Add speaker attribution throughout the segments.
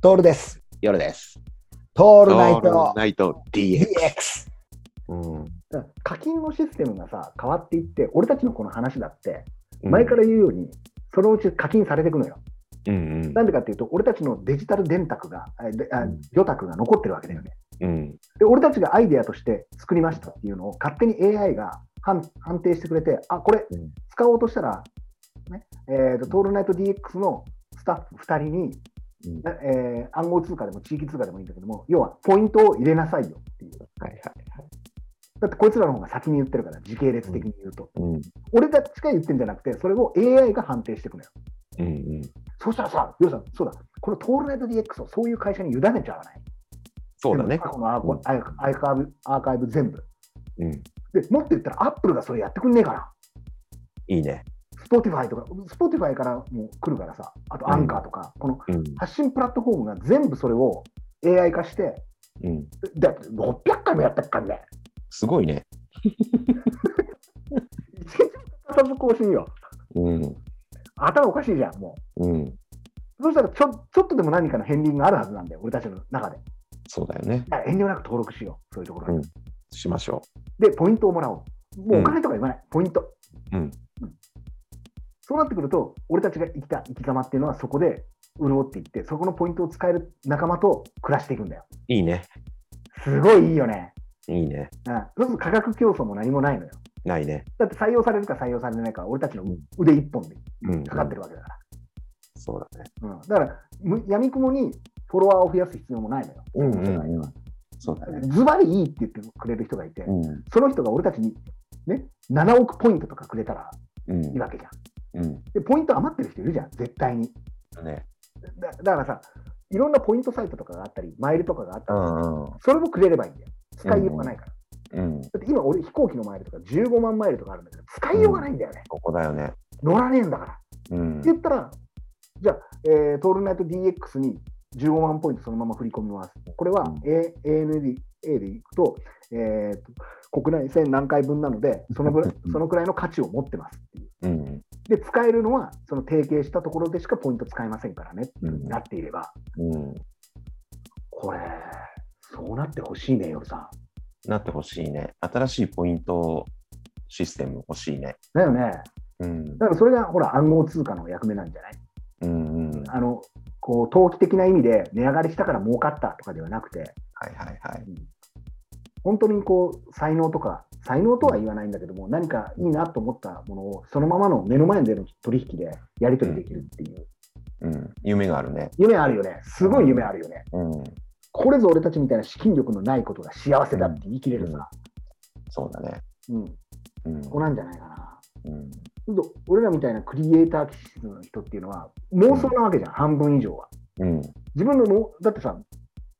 Speaker 1: トールです。
Speaker 2: 夜です。
Speaker 1: ト
Speaker 2: オ
Speaker 1: ールナイト
Speaker 2: ナイト DX。
Speaker 1: DX。
Speaker 2: うん。
Speaker 1: 課金のシステムがさ、変わっていって、俺たちのこの話だって、前から言うように、そのうち課金されていくのよ。
Speaker 2: ら。うん
Speaker 1: なんでかっていうと、俺たちのデジタル電卓が、あであ
Speaker 2: うん
Speaker 1: 魚卓が残ってるわけだよね。
Speaker 2: うん。
Speaker 1: で、俺たちがアイデアとして作りましたっていうのを勝手に AI が判判定してくれて、あ、これ
Speaker 2: うん
Speaker 1: 使おうとしたら、ね、えーと、トールナイト DX のスタッフ2人に、
Speaker 2: うん
Speaker 1: なえー暗号通貨でも地域通貨でもいいんだけども、要はポイントを入れなさいよっていう。
Speaker 2: はいはい。
Speaker 1: だってこいつらの方が先に言ってるから、時系列的に言うと。
Speaker 2: うん。
Speaker 1: 俺たちが言ってんじゃなくて、それを AI が判定してくのよ。
Speaker 2: うんうん。
Speaker 1: そしたらさ、ヨウさん、そうだ、このトールナイト DX をそういう会社に委ねちゃわない。
Speaker 2: そうだね
Speaker 1: 過。去のアーコアーアーカイブアーカイブ全部。
Speaker 2: うん。
Speaker 1: で、もっと言ったら、アップルがそれやってくんねえから、
Speaker 2: いいね。
Speaker 1: スポティファイとか、スポティファイからもう来るからさ、あとアンカーとか、この
Speaker 2: うん。
Speaker 1: 発信プラットフォームが全部それを AI 化して、
Speaker 2: うん。
Speaker 1: だって600回もやったっかんね。
Speaker 2: すごいね。
Speaker 1: 一日も欠かさず更新よ。
Speaker 2: うん。
Speaker 1: 頭おかしいじゃん、も
Speaker 2: うん。
Speaker 1: う。そうしたらちょ、ちょっとでも何かの片鱗があるはずなんだよ、俺たちの中で。
Speaker 2: そうだよね。
Speaker 1: だから遠慮なく登録しよう、そういうところに。
Speaker 2: うんしましょ
Speaker 1: で、ポイントをもらおう。もうお
Speaker 2: ん
Speaker 1: 金とか言わない、ポイント。
Speaker 2: うん
Speaker 1: そうなってくると、俺たちが生きた生き様っていうのは、そこで潤っていって、そこのポイントを使える仲間と暮らしていくんだよ。
Speaker 2: う。いいね。
Speaker 1: すごいいいよね。
Speaker 2: いいね。
Speaker 1: うん、そうすると価格競争も何もないのよ。
Speaker 2: ないね。
Speaker 1: だって採用されるか採用されないかは、俺たちの
Speaker 2: うん
Speaker 1: 腕一本で
Speaker 2: うん
Speaker 1: かかってるわけだか
Speaker 2: そうだね。
Speaker 1: ら。うん、だから、むやみくもにフォロワーを増やす必要もないのよ。
Speaker 2: ん。そうだね。
Speaker 1: ズバリいいって言ってくれる人がいて、
Speaker 2: うん。
Speaker 1: その人が俺たちに、ね、7億ポイントとかくれたら
Speaker 2: うん
Speaker 1: いいわけじゃん。
Speaker 2: うん。
Speaker 1: で、ポイント余ってる人いるじゃん、絶対に。
Speaker 2: ね。
Speaker 1: だだからさ、いろんなポイントサイトとかがあったり、マイルとかがあったり、
Speaker 2: うんうん。
Speaker 1: それもくれればいいんだよ。使いようがないから。
Speaker 2: うん。
Speaker 1: だって今、俺、飛行機のマイルとか15万マイルとかあるんだけど、使いようがないんだよね。
Speaker 2: ここだよね。
Speaker 1: 乗らねえんだから。っ
Speaker 2: うん
Speaker 1: て言ったら、じゃあ、えートールナイト DX に15万ポイントそのまま振り込みます。これは、
Speaker 2: うん
Speaker 1: A ANA でいくと、えーと国内1000何回分なので、そのぐらいそのくらいの価値を持ってますっていう。
Speaker 2: うん。
Speaker 1: で、使えるのは、その提携したところでしかポイント使えませんからねっていうふうになっていれば、
Speaker 2: うん。
Speaker 1: これ、そうなってほしいね、夜さん。
Speaker 2: なってほしいね。新しいポイントシステム欲しいね。
Speaker 1: だよね。
Speaker 2: うん。
Speaker 1: だからそれがほら暗号通貨の役目なんじゃない
Speaker 2: うんうん。は
Speaker 1: あの、こう、投機的な意味で値上がりしたから儲かったとかではなくて、
Speaker 2: いはいはい。
Speaker 1: 本当にこう、才能とか、才能とは言わないんだけども、何かいいなと思ったものを、そのままの目の前での取引でやり取りできるっていう、
Speaker 2: うん。夢があるね。
Speaker 1: 夢あるよね。すごい夢あるよね。
Speaker 2: うん。
Speaker 1: これぞ俺たちみたいな資金力のないことが幸せだって言い切れるさ、
Speaker 2: そうだね。
Speaker 1: うん、
Speaker 2: うん。
Speaker 1: そこなんじゃないかな。
Speaker 2: うん。
Speaker 1: そうすると俺らみたいなクリエイター気質の人っていうのは妄想なわけじゃん、半分以上は。
Speaker 2: うん。
Speaker 1: 自分のもだってさ、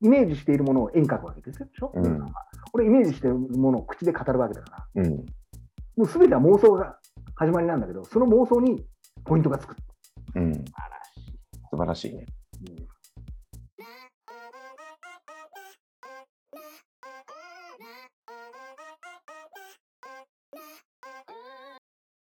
Speaker 1: イメージしているものを絵に描くわけですよ。でしょ
Speaker 2: うん
Speaker 1: 俺、イメージしているものを口で語るわけだから、
Speaker 2: うん。
Speaker 1: もう全ては妄想が始まりなんだけど、その妄想にポイントがつく。
Speaker 2: うん。素晴らしいね。